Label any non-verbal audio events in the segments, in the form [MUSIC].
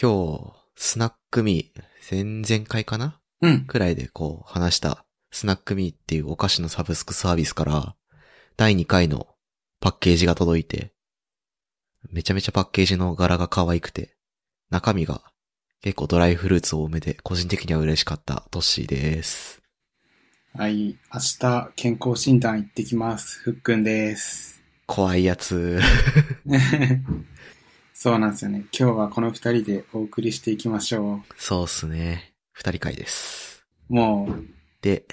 今日、スナックミー、前々回かなうん。くらいでこう話した、スナックミーっていうお菓子のサブスクサービスから、第2回のパッケージが届いて、めちゃめちゃパッケージの柄が可愛くて、中身が結構ドライフルーツ多めで、個人的には嬉しかったトッシーです。はい。明日、健康診断行ってきます。ふっくんです。 [LAUGHS] 怖いやつ。そうなんですよね。今日はこの二人でお送りしていきましょそうっすね。二人会です。う。もう、で、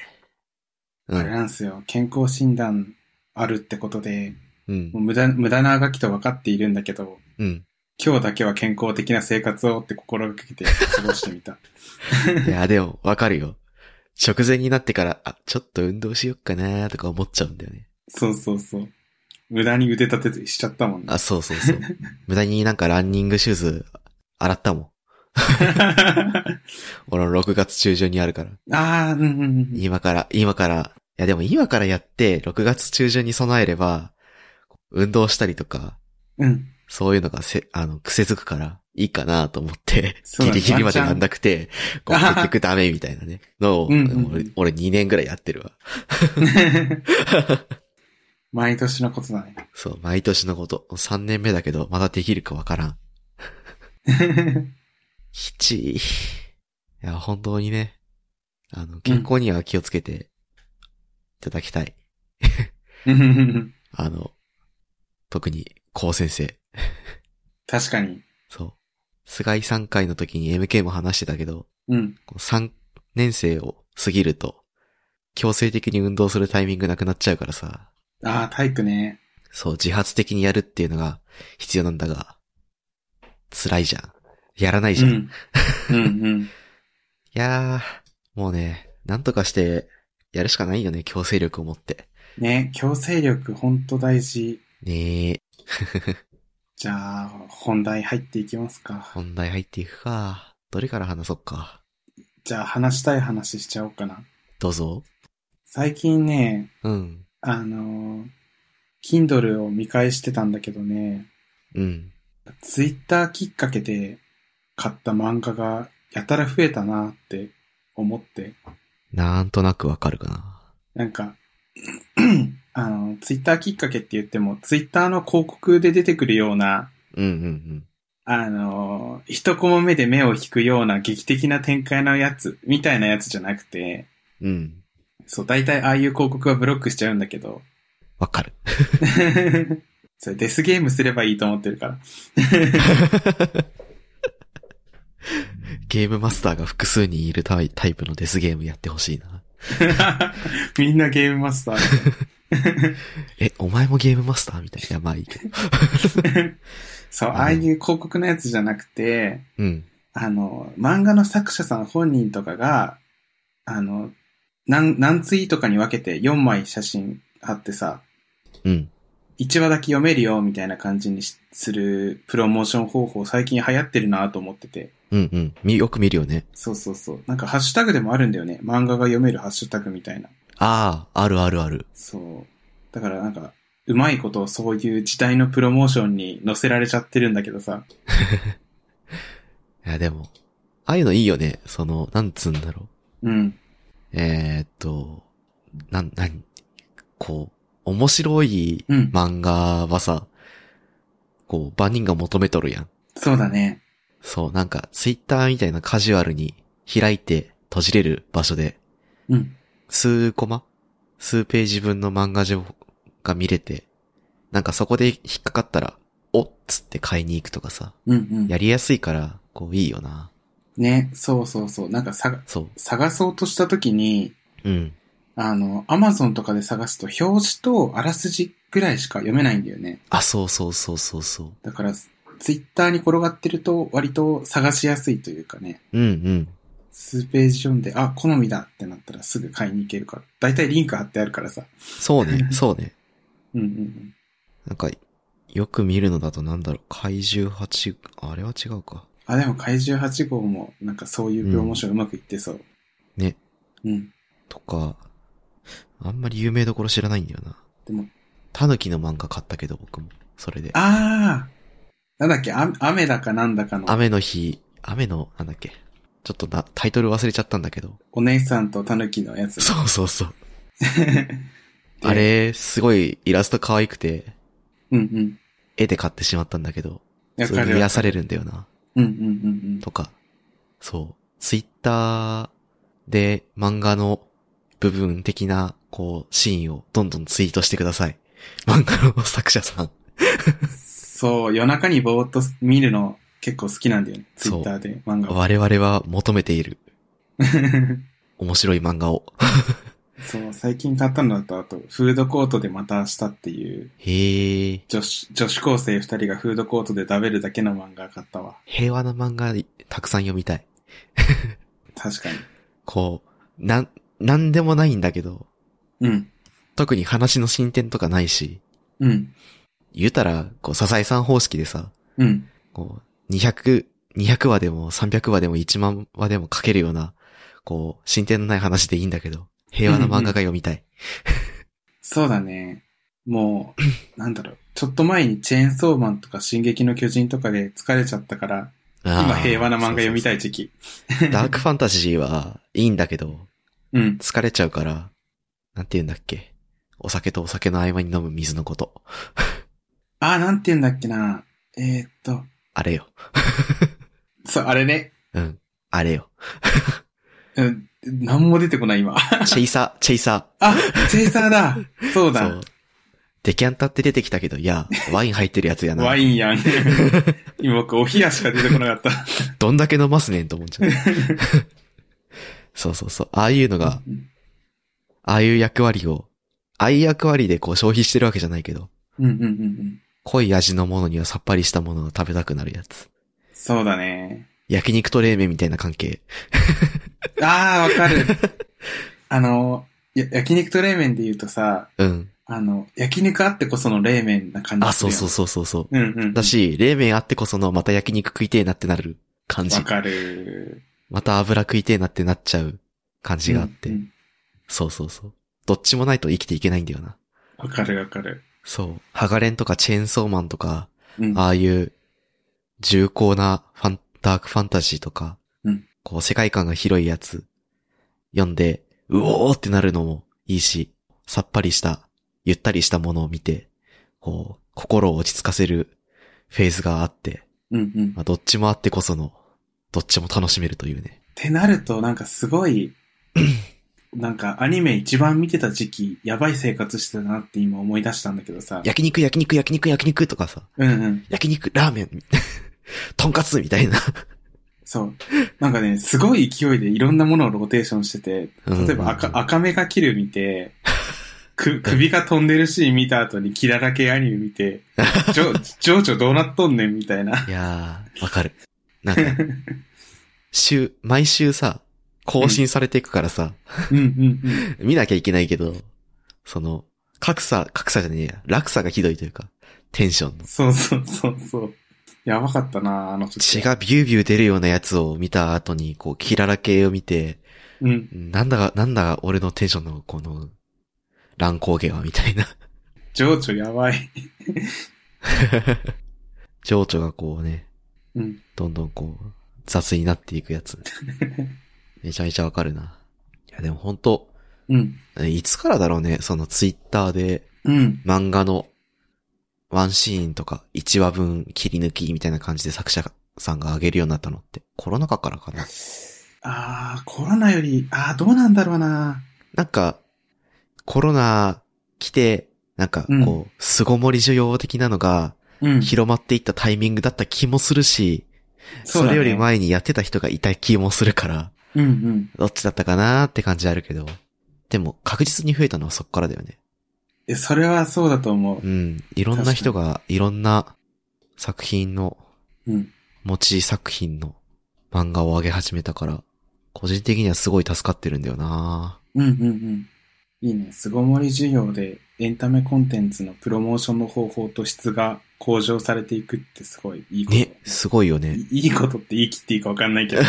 うあれん。なんですよ。健康診断あるってことで、うんもう。無駄、無駄なあがきと分かっているんだけど、うん。今日だけは健康的な生活をって心がけて過ごしてみ [LAUGHS] た。いや、でも、わかるよ。直前になってから、あ、ちょっと運動しよっかなーとか思っちゃうんだよね。そうそうそう。無駄に腕立てしちゃったもんね [LAUGHS] あ、。そうそうそう。無駄になんかランニングシューズ洗ったもん。俺の6月中旬にあるから。ああ、うんうんうん。今から、今から、いやでも今からやって、6月中旬に備えれば、運動したりとか、 [LAUGHS] うん。そういうのがせ、あの、癖づくから、いいかなと思って、そうギだねリギリまでやんなくて、こうワンチャン結局ダメみたいなね。のを、うんうんうん俺、俺2年ぐらいやってるわ。毎年のことだね。そう、毎年のこと。3年目だけど、まだできるかわからん。きちい。いや、本当にね、あの、健康には気をつけていただきたい。あの、特に、高先生。確かに。そう。菅井3回の時に MK も話してたけど、うん。こう3年生を過ぎると、強制的に運動するタイミングなくなっちゃうからさ、ああ、体育ね。そう、自発的にやるっていうのが必要なんだが、辛いじゃん。やらないうじゃん。いん。うんうん。やー、もうね、なんとかして、やるしかないよね、強制力を持って。ね、強制力ほんと大事。ねえ、じゃあ、本題入っていきますか。本題入っていくか。どれから話そっか。じゃあ、話したい話しちゃおうかな。どうぞ。最近ね、うん。あのー、Kindle を見返してたんだけどね、うん。 Twitter きっかけで買った漫画がやたら増えたなって思って、なんとなくわかるかな。なんか、 [CLEARS THROAT] あの、ツイッターきっかけって言っても、ツイッターの広告で出てくるような、うんうんあの、一コマ目で目を引くような劇的な展開のやつ、みたいなやつじゃなくて、うん。うん。そう、大体ああいう広告はブロックしちゃうんだけど、 [LAUGHS] わかる。それデスゲームすればいいと思ってるから。ゲームマスターが複数人いるタイタイプのデスゲームやってほしいな。 [LAUGHS] みんなゲームマスター。え、お前もゲームマスターみたいな。まあいいけど。そう、ああいう広告のやつじゃなくて、うん。あの、漫画の作者さん本人とかが、あの、何、何ツイートかに分けて4枚写真貼ってさ、うん。 1話だけ読めるよみたいな感じにしするプロモーション方法最近流行ってるなと思ってて。うんうんみ。よく見るよね。そうそうそう。なんかハッシュタグでもあるんだよね。漫画が読めるハッシュタグみたいな。ああ、あるあるある。そう。だからなんか、うまいことそういう時代のプロモーションに載せられちゃってるんだけどさ。いや、でも、ああいうのいいよね。その、なんつうんだろう。うん。えーっと、なん、なん、こう、面白いうん。漫画はさ、こう、万人が求めとるやん。そうだね。そう、なんか、ツイッターみたいなカジュアルに開いて閉じれる場所で、うん。数コマ数ページ分の漫画情報が見れて、なんかそこで引っかかったら、おっつって買いに行くとかさ、うんうん。やりやすいから、こう、いいよな。ね。そうそうそう。なんかさ、そう。探そうとした時に、うん。あの、アマゾンとかで探すと表紙とあらすじぐらいしか読めないんだよね。あ、そうそうそうそうそう。だから、ツイッターに転がってると割と探しやすいというかね、うんうん。数ページ読んで、あ、好みだってなったらすぐ買いに行けるから。だいたいリンク貼ってあるからさ。そう [LAUGHS] ね、そうね。うんうんうん。なんか、よく見るのだとなんだろう、怪獣8、あれは違うか。あ、でも怪獣8号もなんかそういうプロモーションうまくいってそう。ね。うん。とか、あんまり有名どころ知らないんだよな。でも、タヌキの漫画買ったけど僕も、それで。あー、なんだっけ、あ雨だかなんだかの。雨の日、雨の、なんだっけ。ちょっとな、タイトル忘れちゃったんだけど。お姉さんとタヌキのやつ。そうそうそう。であれ、すごいイラスト可愛くて、 [LAUGHS] うんうん。絵で買ってしまったんだけど、わそかれるにわ癒かされる。るんだよな。うんうんうんとか、そう、ツイッターで漫画の部分的な、こう、シーンをどんどんツイートしてください。漫画の作者さん。うん。そう、夜中にぼーっと見るの結構好きなんだよね。ツイそうッターで漫画を。我々は求めている。面白い漫画を。 [LAUGHS] そう、最近買ったのだと、あと、フードコートでまた明日っていう、へえ、女子、女子高生二人がフードコートで食べるだけの漫画買ったわ。平和な漫画たくさん読みたい。確かに。こう、なん、なんでもないんだけど、うん。特に話の進展とかないし、うん。言うたら、こう、笹井さん方式でさ、うん。こう、200、200話でも300話でも1万話でも書けるような、こう、進展のない話でいいんだけど、平和な漫画が読みたい。そうだね。もう、なんだろう。ちょっと前にチェーンソーマンとか進撃の巨人とかで疲れちゃったから、あー今平和な漫画読みたい時期。そうそうそうダークファンタジーはいいんだけど、うん。疲れちゃうから、なんて言うんだっけ。お酒とお酒の合間に飲む水のこと。あー、なんて言うんだっけな。えー、っと、あれよ。そう、あれね。うん。あれ [LAUGHS] よ。うん、なんも出てこない今。チェイサー、チェイサあ、チェイサーだ。そー。そうだ。う。デキャンタって出てきたけど、い [LAUGHS] や、ワイン入ってるやつやな。ワイ [LAUGHS] ンやん。今僕、お冷やしか出てこなかった。どんだけ飲ますねんと思っ [LAUGHS] ちゃう。そうそうそう。ああいうのが、うんああいう役割を、ああいう役割でこう消費してるわけじゃないけど、うんうんうんうん。濃い味のものにはさっぱりしたものが食べたくなるやつ。そうだね。焼肉と冷麺みたいな関係。ああ、わかる。あの、や焼肉と冷麺で言うとさ、うん。あの、焼肉あってこその冷麺な感じあ、そうそうそそうそうそう。う。うんうん。だし、冷麺あってこそのまた焼肉食いてえなってなる感じわ。かる。また油食いてえなってなっちゃう感じがあって。うんうんそうそうそう。どっちもないと生きていけないんだよな。わかるわかる。そう。ハガレンとかチェーンソーマンとか、うん。ああいう重厚なファン、ダークファンタジーとか、うんこう世界観が広いやつ、読んで、うおーってなるのもいいし、さっぱりした、ゆったりしたものを見て、こう、心を落ち着かせるフェーズがあって、うんうん。まあ、どっちもあってこその、どっちも楽しめるというね。ってなると、なんかすご [CLEARS THROAT] い、なんかアニメ一番見てた時期、やばい生活してたなって今思い出したんだけどさ。焼肉、焼肉、焼肉、焼肉とかさ、うんうん。焼肉、ラーメン、 [LAUGHS] とんかつみたいな。そう。なんかね、すごい勢いでいろんなものをローテーションしてて、例えば赤,、うん赤目が切る見て、く首が飛んでるシーン見た後にキララ系アニメ見て、じょ [LAUGHS] 情緒どうなっとんねんみたいな。いやー、わかる。なんか、週、毎週さ、更新されていくからさ、うんうんうん。見なきゃいけないけど、その、格差、格差じゃねえや、落差がひどいというか、テンションの。そうそうそうそう。やばかったなあの時。血。がビュービュー出るようなやつを見た後に、こう、キララ系を見て、うん。なんだか、なんだか俺のテンションの、この、乱高下は、みたいな。 [LAUGHS] 情緒やばい。情緒がこうね、うん。どんどんこう、雑になっていくやつ。めちゃめちゃわかるな。いや、でもほんと、うん。えいつからだろうね、そのツイッターでうん。漫画のワンシーンとか1話分切り抜きみたいな感じで作者さんが上げるようになったのってコロナ禍からかな。ああ、コロナより、ああ、どうなんだろうな。なんか、コロナ来て、なんかこう、う凄盛り需要的なのがうん。広まっていったタイミングだった気もするし、そうそだねれより前にやってた人がいた気もするから、うんうん。どっちだったかなーって感じあるけど、でも確実に増えたのはそっからだよね。え、それはそうだと思うん。いろんな人が、いろんな作品の、う。うん。持ち作品の漫画を上げ始めたから、個人的にはすごい助かってるんだよなうんうんうん。いいね。巣ごもり需要でエンタメコンテンツのプロモーションの方法と質が向上されていくってすごいいいこと。ね、すごいよ [LAUGHS] ね。いいいいことって言い切っていいかわかんないけど。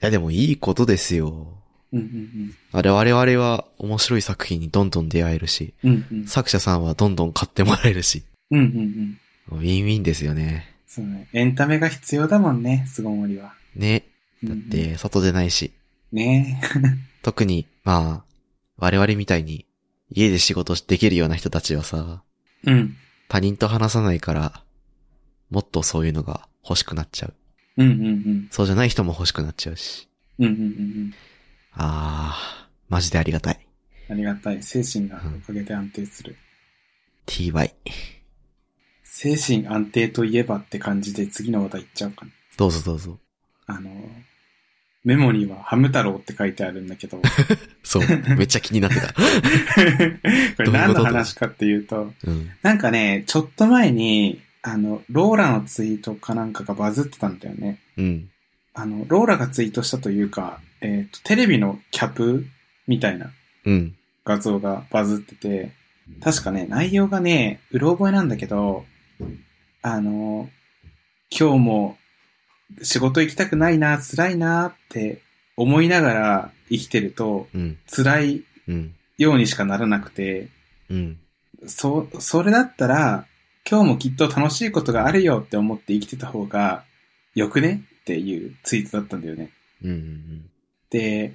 やでもいいことですよ。うんうんあれ我々は面白い作品にどんどん出会えるし、うん。うんうん。作者さんはどんどん買ってもらえるし、うんうんうん。ウィンウィンですよね。そうね。エンタメが必要だもんね、巣ごもりは。ね。うんだっ。て、外出ないし。ね特に、まあ、我々みたいに、家で仕事できるような人たちはさ、え。うん。他人と話さないから、もっとそういうのが欲しくなっちゃう。うんうんうん。そうじゃない人も欲しくなっちゃうし。うんうんうんうん。あー、マジでありがたい。ありがたい。精神がおかげで安定する。 ty。精神安定といえばって感じで次の話題いっちゃおうかな。どうぞどうぞ。あの、メモにはハム太郎って書いてあるんだけど、こそう。めっちゃ気になって [LAUGHS] た。れ何の話かっていうと、うん。なんかね、ちょっと前に、あの、ローラのツイートかなんかがバズってたんだよね。うん。あの、ローラがツイートしたというか、えっ、と、テレビのキャプみたいなうん。画像がバズってて、確かね、内容がね、うろ覚えなんだけど、あの、今日も仕事行きたくないな、辛いなって思いながら生きてると、うん。辛いうん。ようにしかならなくて、うん。そ、それだったら、今日もきっと楽しいことがあるよって思って生きてた方が、よくねっていうツイートだったんだよね。うん。うん。で、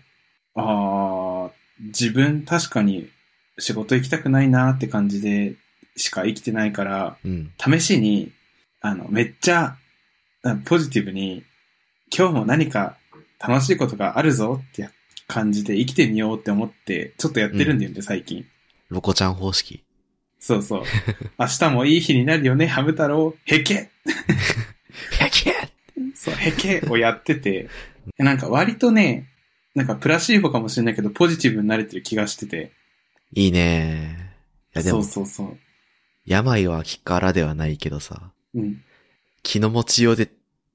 ああ、自分確かに仕事行きたくないなって感じでしか生きてないから、うん。試しに、あの、めっちゃ、あポジティブに、今日も何か楽しいことがあるぞってや感じで生きてみようって思って、ちょっとやってるんだよね、最近。ロコちゃん方式。そうそう。 [LAUGHS] 明日もいい日になるよね、ハム太郎。へけやけそう、へけをやってて、なんか割とね、なんかプラシーボかもしれないけど、ポジティブになれてる気がしてて。いいねいやでそうも、そうそう。病は気からではないけどさ、うん。気の持ちようで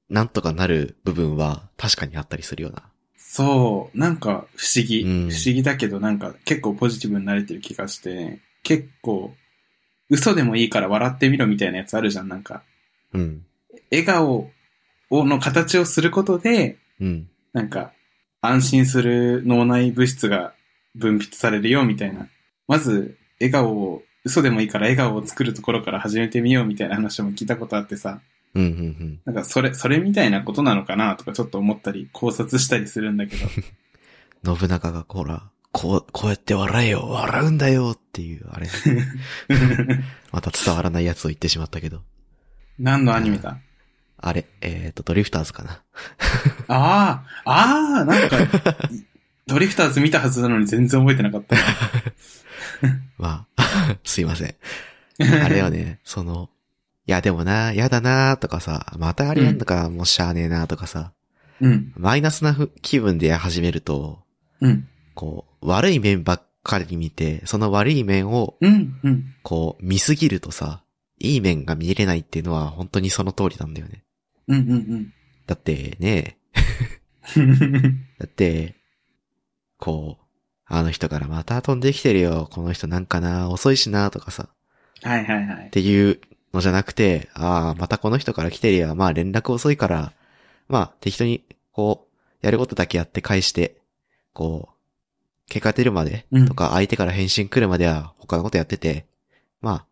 なんとかなる部分は確かにあったりするよな。そう、なんか不思議。うん不思議だけど、なんか結構ポジティブになれてる気がしてね、結構、嘘でもいいから笑ってみろみたいなやつあるじゃん、なんか。うん。笑顔をの形をすることで、うん。なんか、安心する脳内物質が分泌されるよ、みたいな。まず、笑顔を、嘘でもいいから笑顔を作るところから始めてみようみたいな話も聞いたことあってさ、うん、うん、うん。なんかそれ、それみたいなことなのかなとかちょっと思ったり考察したりするんだけど、信長がほら、こう、こうやって笑えよ、笑うんだよっていう、 [LAUGHS] あれ。また伝わらないやつを言ってしまったけど。 [LAUGHS] 何のアニメだあれ、えっ、ー、と、ドリフターズかな。ああ、ああ、なんか、ドリフターズ見たはずなのに全然覚えてなかった。まあ、 [LAUGHS] すいません。あれよね、その、いやでもな、やだなとかさ、またあれやんのか、もうしゃあねえなとかさ、 [LAUGHS] うん、マイナスなふ気分で始めると、うん、こう、悪い面ばっかり見て、その悪い面を、うん、うん。こう、見すぎるとさ、いい面が見えれないっていうのは本当にその通りなんだよね。うんうんだってね、うん。 [LAUGHS] だって、こう、あの人からまた飛んできてるよ、この人なんかな、遅いしな、とかさ、はいはいはっい。ていうのじゃなくて、ああ、またこの人から来てりゃ、まあ連絡遅いから、まあ適当に、こう、やることだけやって返して、こう、結果出るまでうん、とか相手から返信来るまでは他のことやってて、まあ、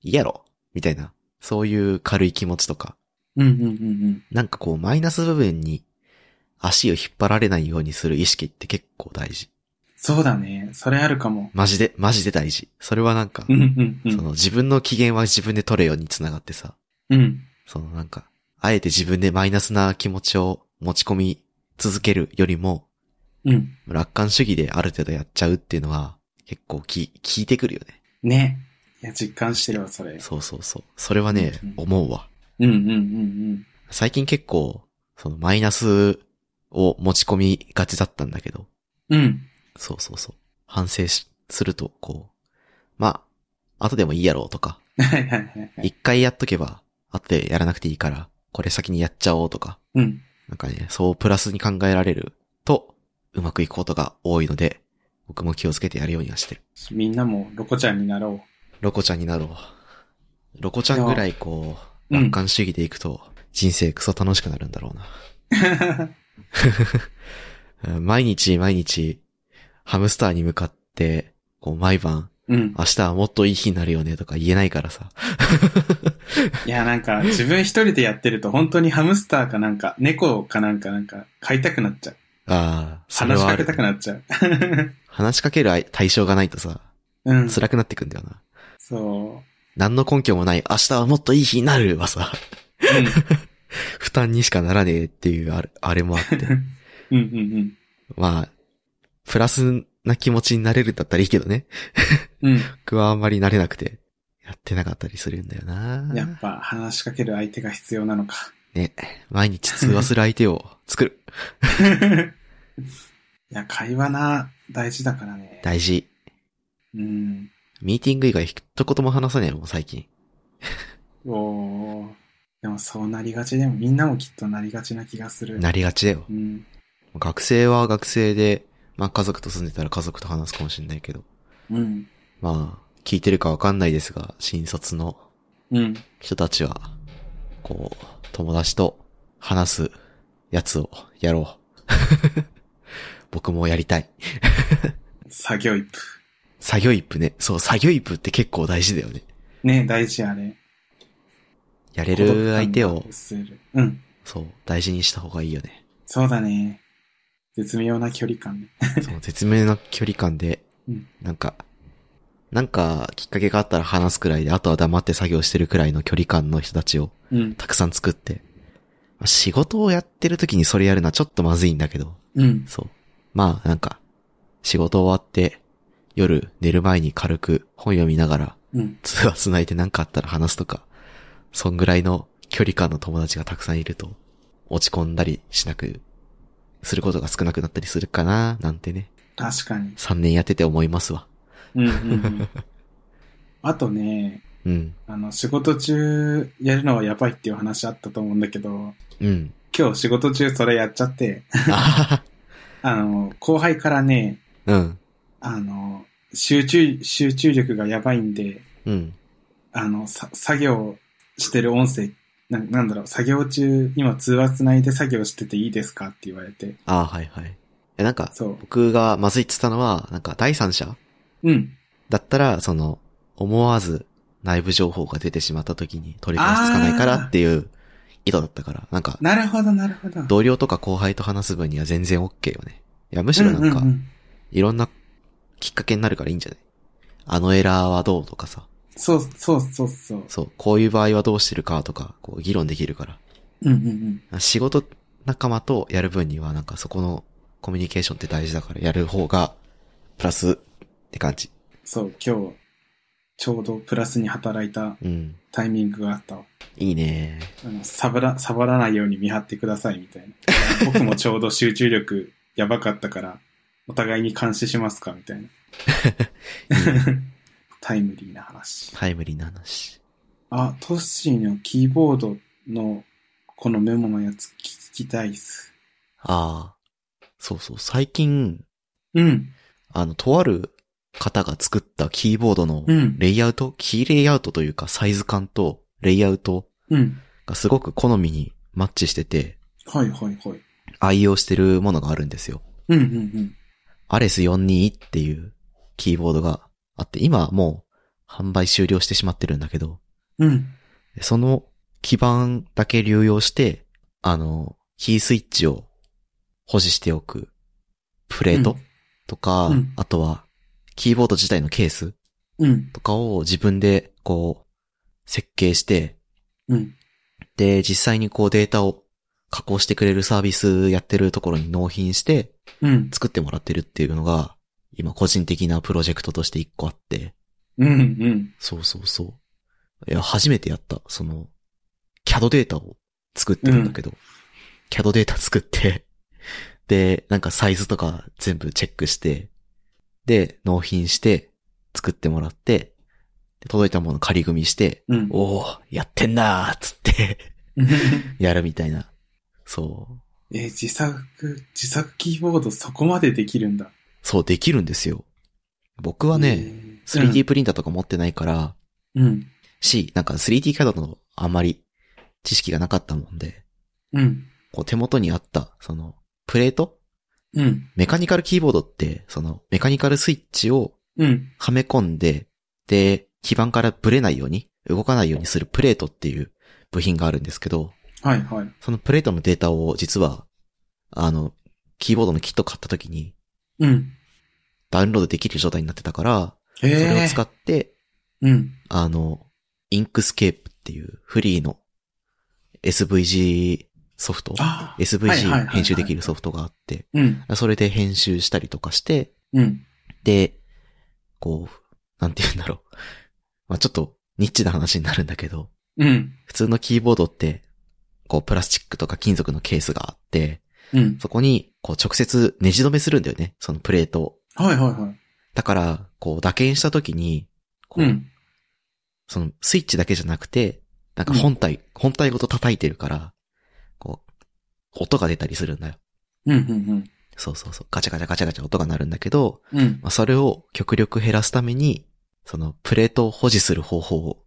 いいやろ、みたいな、そういう軽い気持ちとか、うんうんうんなんかこうマイナス部分に足を引っ張られないようにする意識って結構大事。そうだね。それあるかも。マジで、マジで大事。それはなんかう、んうんうそのん。自分の機嫌は自分で取れよにつながってさ、うん。そのなんか、あえて自分でマイナスな気持ちを持ち込み続けるよりも、うん。楽観主義である程度やっちゃうっていうのは、結構き、効いてくるよね。ね。いや、実感してるわ、それ。そうそうそう。それはねうんうん、思うわ。うんうんうん最近結構、そのマイナスを持ち込みがちだったんだけど、うん。うん。そうそうそう。反省し、すると、こう、まあ、後でもいいやろうとか、はいはいはいはい。一回やっとけば、後でやらなくていいから、これ先にやっちゃおうとか、うん。なんかね、そうプラスに考えられると、うまくいくことが多いので、僕も気をつけてやるようにはしてる。みんなもロコちゃんになろロコちゃんになろう。ロコちゃんぐらいこう、いやうん楽観主義でいくと、人生クソ楽しくなるんだろうな。う。 [LAUGHS] うん毎日毎日、ハムスターに向かって、こう毎晩、うん。明日はもっといい日になるよねとか言えないからさ。いや、なんか、自分一人でやってると、本当にハムスターかなんか、猫かなんか、なんか、飼いたくなっちゃう。ああ、それ話しはあかけるたくなっちゃう。話しかける相対象がないとさ、うん。辛くなってくんだよな。そう。何の根拠もない明日はもっといい日になるはさ、 [LAUGHS] 負担にしかならねえっていうあれあれもあって。 [LAUGHS] うん。うんうんまあ、プラスな気持ちになれるんだったらいいけどね。うん。僕はあんまりなれなくて、やってなかったりするんだよなうん。やっぱ、話しかける相手が必要なのか。ね、毎日通話する相手を [LAUGHS] 作る。いや、会話な、大事だからね。大事。うん。ミーティング以外一言も話さねえもん、最近。おーでもそうなりがちでも、みんなもきっとなりがちな気がする。なりがちだよう。ん。学生は学生で、まあ家族と住んでたら家族と話すかもしれないけど。うん。まあ、聞いてるかわかんないですが、新卒のうん。人たちは、こう、友達と話すやつをやろう。 [LAUGHS] 僕もやりたい。作業一歩。作業一歩ね。そう、作業一歩って結構大事だよね。ね、大事あれ。やれる相手孤独感をが、薄るうん。そう、大事にした方がいいよ [LAUGHS] ね。そうだね。絶妙な距離感ね。その絶妙な距離感でうん、なんか、なんかきっかけがあったら話すくらいで、あとは黙って作業してるくらいの距離感の人たちをうん。たくさん作って、まあ仕事をやってる時にそれやるのはちょっとまずいんだけど、うん。そう。まあ、なんか、仕事終わって、夜寝る前に軽く本読みながら、うん。通話繋いで何かあったら話すとか、そんぐらいの距離感の友達がたくさんいると、落ち込んだりしなく、することが少なくなったりするかな、なんてね、確かに。 3年やってて思いますわ。うんうんうん。 [LAUGHS] あとね、うん。あの、仕事中やるのはやばいっていう話あったと思うんだけど、うん。今日仕事中それやっちゃって、あははあの、後輩からね、うん。あの、集中、集中力がやばいんで、うん。あの、さ作業してる音声、ななんだろう、作業中、今通話つないで作業してていいですかって言われて、ああ、はいはい。え、なんか、そ僕がまずいって言ったのは、なんか、第三者う。うん。だったら、その、思わず内部情報が出てしまった時に取り返しつかないからっていう意図だったから、なんか、なるほど、なるほど。同僚とか後輩と話す分には全然 OK よね。いや、むしろなんかうう、んいろんなきっかけになるからいいんじゃないあのエラーはどうとかさ、そうそうそうそう。そう、こういう場合はどうしてるかとか、こう、議論できるかうんうんうん。ら。仕事仲間とやる分には、なんかそこのコミュニケーションって大事だから、やる方が、プラスって感じ。そう、今日、ちょうどプラスに働いたうん。タイミングがあったわ。いいねあの、サボら、サボらないように見張ってくださいみたいな。 [LAUGHS] 僕もちょうど集中力やばかったから、お互いに監視しますかみたい [LAUGHS] な。タイムリーな話。タイムリーな話。あ、トッシーのキーボードのこのメモのやつ聞きたいっす。ああ。そうそう、最近、うん、あの、とある方が作ったキーボードのうん、レイアウト、キーレイアウトというかサイズ感とレイアウトうん。がすごく好みにマッチしてて、はいはいはい。愛用してるものがあるんですよ。うんうんアレス421っていうキーボードがあって、今はもう販売終了してしまってるんだけど、うん。うん。その基板だけ流用して、あの、キースイッチを保持しておくプレーうトんとか、うんあとはキーボード自体のケースうん、とかを自分でこう設計して、うん。で、実際にこうデータを加工してくれるサービスやってるところに納品してうん。作ってもらってるっていうのが、今個人的なプロジェクトとして一個あって、うんうん。そうそうそう。いや、初めてやった。その、CAD データを作ってるんだけど、CAD データ作って、で、なんかサイズとか全部チェックして、で、納品して、作ってもらって、で届いたもの仮組みして、うん。おおやってんなーっつって、やるみたいな。そう。 [LAUGHS] えー自作、自作キーボードそこまでできるんだ。そう、できるんですよ。僕はね、えー 3D プリンターとか持ってないから、うん。し、なんか 3D キャドのあまり知識がなかったもんで、うん。こう手元にあった、その、プレートうん。メカニカルキーボードって、その、メカニカルスイッチをうん。はめ込んで、で、基板からブレないように、動かないようにするプレートっていう部品があるんですけど、はいはい。そのプレートのデータを実は、あの、キーボードのキット買った時にうん。ダウンロードできる状態になってたから、へそえ。れを使って、うん。あの、インクスケープっていうフリーの SVG ソフト、ああ。はいはいはいは SVG い編集できるソフトがあって、うん。それで編集したりとかして、うん。で、こう、なんて言うんだろう。 [LAUGHS] まあちょっとニッチな話になるんだけど、うん。普通のキーボードって、こうプラスチックとか金属のケースがあって、うん。そこにこう直接ネジ止めするんだよね、そのプレートを。はいはいはい。だから、こう打鍵した時に、こうう、ん。そのスイッチだけじゃなくて、なんか本体、本体ごと叩いてるから、こう、音が出たりするんだよ。うん。うん。そうそうそう。ガチャガチャガチャガチャ音が鳴るんだけど、うん。うん。まあ、それを極力減らすために、そのプレートを保持する方法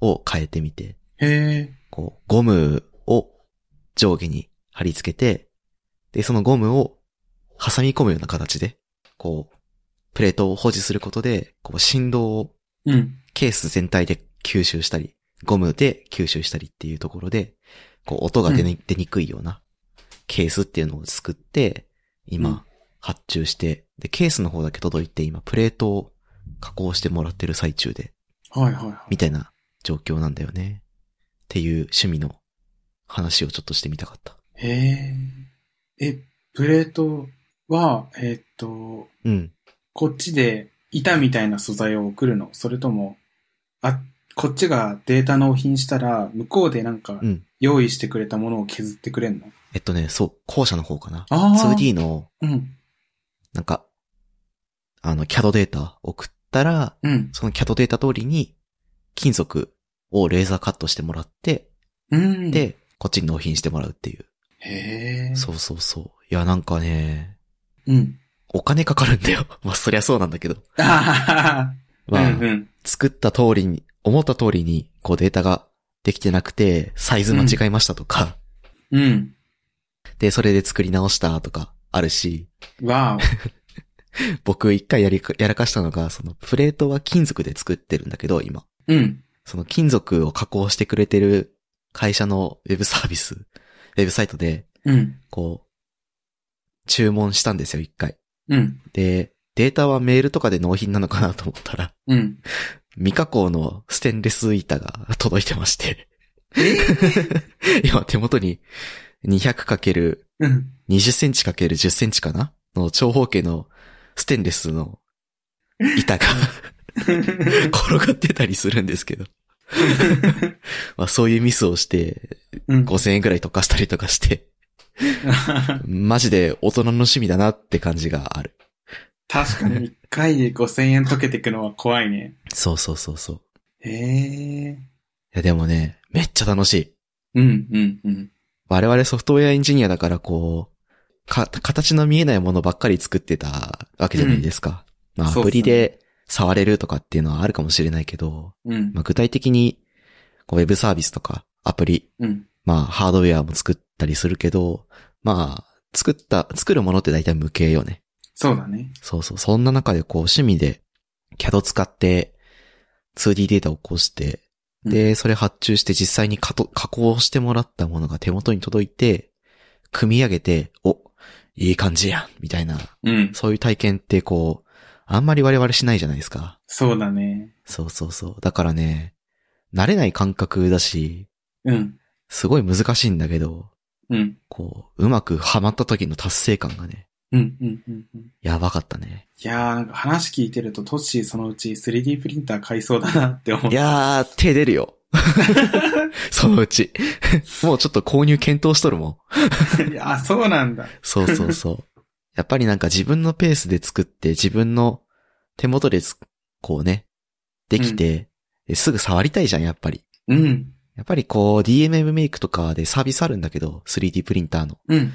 を変えてみて、へえ。こう、ゴムを上下に貼り付けて、で、そのゴムを挟み込むような形で、こう、プレートを保持することで、こう、振動をうん。ケース全体で吸収したり、ゴムで吸収したりっていうところで、こう音が出に,、出にくいようなケースっていうのを作って、う今ん発注して、で、ケースの方だけ届いて今プレートを加工してもらってる最中で、はいはいはい。みたいな状況なんだよね。っていう趣味の話をちょっとしてみたかった。へえ。え、プレートは、えーっと、うん。こっちで板みたいな素材を送るのそれとも、あ、こっちがデータ納品したら、向こうでなんかうん、用意してくれたものを削ってくれんのえっとね、そう、後者の方かな。あー 2D の、うん。なんか、あの、CAD データ送ったら、うん。その CAD データ通りに、金属をレーザーカットしてもらって、うん。、で、こっちに納品してもらうっていう。へえ。そうそうそう。いや、なんかね、う。うん。お金かかるんだよ。 [LAUGHS] まあ、そりゃそうなんだけど。あははは。まあ、うんうん。作った通りに、思った通りに、こうデータができてなくて、サイズ間違えましたとか、うん。で、それで作り直したとか、あるし、わ僕一回やりか、やらかしたのが、そのプレートは金属で作ってるんだけど、今。お。うん。その金属を加工してくれてる会社のウェブサービス、ウ [LAUGHS] ェブサイトで、うん。こう、注文したんですよ、一回。うん。で、データはメールとかで納品なのかなと思ったら、 [LAUGHS] うん。未加工のステンレス板が届いてまして、え [LAUGHS] 今手元に 200×20 うん。センチ ×10 センチかなの長方形のステンレスの板が [LAUGHS] 転がってたりするんですけど、まあそういうミスをして、うん。 5000円くらい溶かしたりとかして、マジで大人の趣味だなって感じがある。確かに一回で5000円溶けてくのは怖いね。そうそうそうそう。いへえ。やでもね、めっちゃ楽しい。うん、うん、うん。我々ソフトウェアエンジニアだからこう、か、形の見えないものばっかり作ってたわけじゃないですか。まあそうアプっすねリで触れるとかっていうのはあるかもしれないけど、うんまあ具体的に、こうウェブサービスとかアプリ、うん。まあハードウェアも作ったりするけど、まあ作った、作るものって大体無形よね。そうだね。そうそう。そんな中でこう趣味で CAD 使って 2D データを起こして、で、それ発注して実際に加と加工してもらったものが手元に届いて、組み上げて、お、いい感じやん、みたいな、うん。そういう体験ってこう、あんまり我々しないじゃないですか。そうだね。そうそうそう。だからね、慣れない感覚だし、うん。すごい難しいんだけど、うん。こう、うまくハマった時の達成感がね、うん、うん、うん。うんやばかったね。いやー、なんか話聞いてるとトッシーそのうち 3D プリンター買いそうだなって [LAUGHS] 思う。いやー、手出るよ。そのうち。もうちょっと購入検討しとるもん。い [LAUGHS] やー、そうなんだ。そうそうそう。やっぱりなんか自分のペースで作って、自分の手元でつこうね、できて、ですぐ触りたいじゃん、やっぱり。うん。やっぱりこう、DMM メイクとかでサービスあるんだけど、3D プリンターの。うん。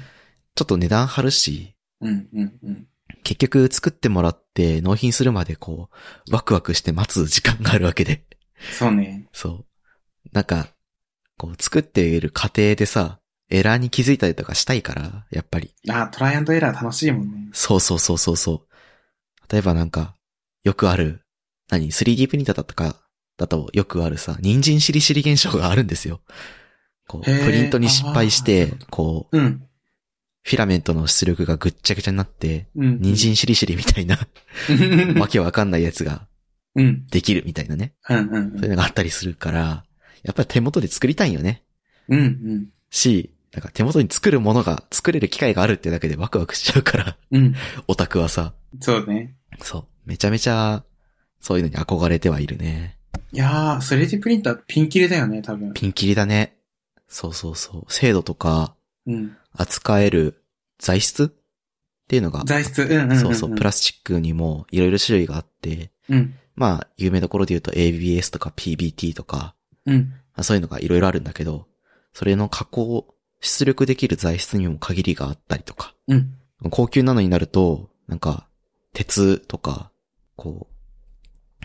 ちょっと値段張るし、うん、うん、うん。結局作ってもらって納品するまでこう、ワクワクして待つ時間があるわけで。そうね。そう。なんか、こう、作っている過程でさ、エラーに気づいたりとかしたいから、やっぱり。あー、トライアンドエラー楽しいもんね。そうそうそうそうそう。例えばなんか、よくある、何 ?3D プリンターだったか、だとよくあるさ、人参しりしり現象があるんですよ。こう、へープリントに失敗しあーてなる、こう、うん。フィラメントの出力がぐっちゃぐちゃになって、うん。人参しりしりみたいな、うん。わけわかんないやつがうん。できるみたいなね。うん。う。そういうんのがあったりするから、やっぱり手元で作りたいんよね。うん。うん。し、なんか手元に作るものが、作れる機会があるってだけでワクワクしちゃうから、 [LAUGHS] うん。オタクはさ。そうね。そう。めちゃめちゃ、そういうのに憧れてはいるね。いやー、3D プリンターピンキレだよね、多分。ピンキリだね。そうそうそう。精度とか、うん。扱える材質っていうのが、材質、うんうんんん。そうそう。プラスチックにもいろいろ種類があって、うん。まあ、有名どころで言うと ABS とか PBT とか、うん。まあそういうのがいろいろあるんだけど、それの加工、出力できる材質にも限りがあったりとか、うん。高級なのになると、なんか、鉄とか、こう、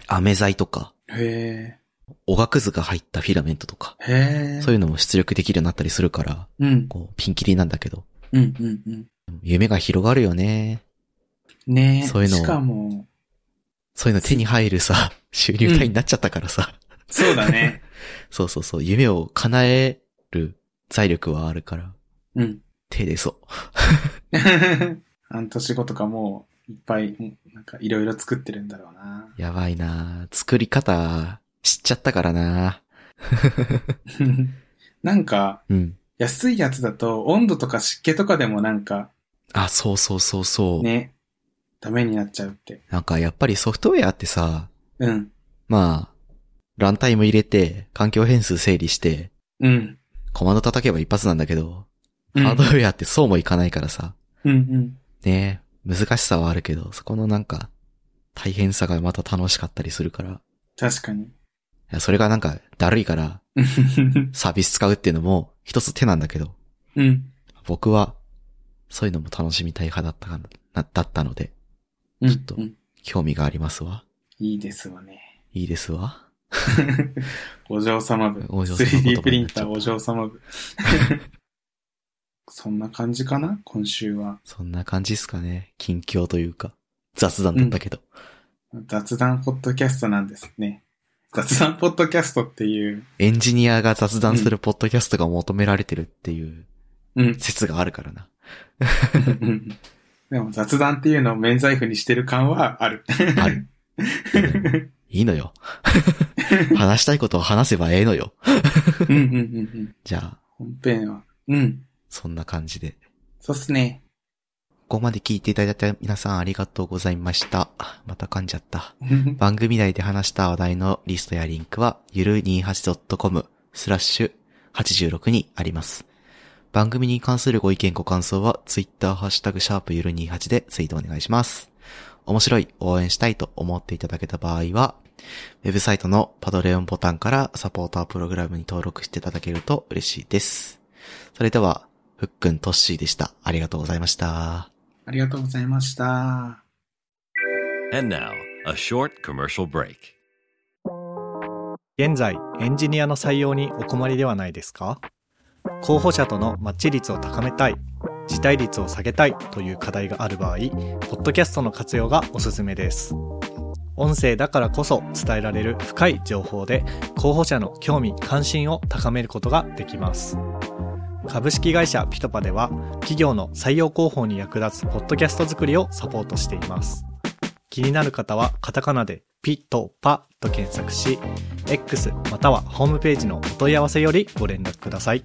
飴材とか、へおがくずが入ったフィラメントとか、ー。へー。そういうのも出力できるようになったりするから、うん。こう、ピンキリなんだけど、うん。うん。うん。夢が広がるよね。ねえ。そういうのをしかも、そういうの手に入るさ、 [LAUGHS] 収入体になっちゃったからさ、そうだね。そうそうそう、夢を叶える財力はあるから、 [LAUGHS] うん。 [LAUGHS] 手でそう。半年後とかもう、いっぱい、うんなんかいろいろ作ってるんだろうな。 [LAUGHS] やばいな作り方、知っちゃったからななんか、うん。安いやつだと、温度とか湿気とかでもなんか、あ、そうそうそうそう。ね、ダメになっちゃうって。なんかやっぱりソフトウェアってさ、うん。まあ、ランタイム入れて、環境変数整理して、うん。コマンド叩けば一発なんだけど、うんハードウェアってそうもいかないからさ、うんうん。ねえ難しさはあるけど、そこのなんか、大変さがまた楽しかったりするから、い確かに。 [LAUGHS] やそれがなんか、だるいから、サービス使うっていうのも、一つ手なんだけど、うん。僕は、そういうのも楽しみたい派だったかな、だったので、うんちょっとうん興味がありますわ。いいですわね。 [LAUGHS] いいですわ。お嬢様部。お嬢様部 3D プリンターお嬢様部。 [LAUGHS] そんな感じかな今週は。そんな感じですかね。近況というか、雑談だったけど。雑談ポッドキャストなんですね。雑談ポッドキャストっていう。エンジニアが雑談するポッドキャストが求められてるっていううん。説があるからな。でも雑談っていうのを免罪符にしてる感はある。ある。いいのよ。話したいことを話せばええのよ。うんうんうんうん。じゃあ、本編は。うん。そんな感じで。そうっすね。ここまで聞いていただいた皆さんありがとうございました。また噛んじゃった。 [LAUGHS] 番組内で話した話題のリストやリンクは、ゆる 28.com スラッシュ86にあります。番組に関するご意見ご感想は、ツイッターハッシュタグシャープゆる28でツイートお願いします。面白い、応援したいと思っていただけた場合は、ウェブサイトのパドレオンボタンからサポータープログラムに登録していただけると嬉しいです。それでは、ふっくんとっしーでした。ありがとうございました。ありがとうございました。 And now, a short commercial break. 現在エンジニアの採用にお困りではないですか候補者とのマッチ率を高めたい辞退率を下げたいという課題がある場合ポッドキャストの活用がおすすめです音声だからこそ伝えられる深い情報で候補者の興味関心を高めることができます株式会社ピトパでは企業の採用広報に役立つポッドキャスト作りをサポートしています気になる方はカタカナでピトパと検索し X またはホームページのお問い合わせよりご連絡ください。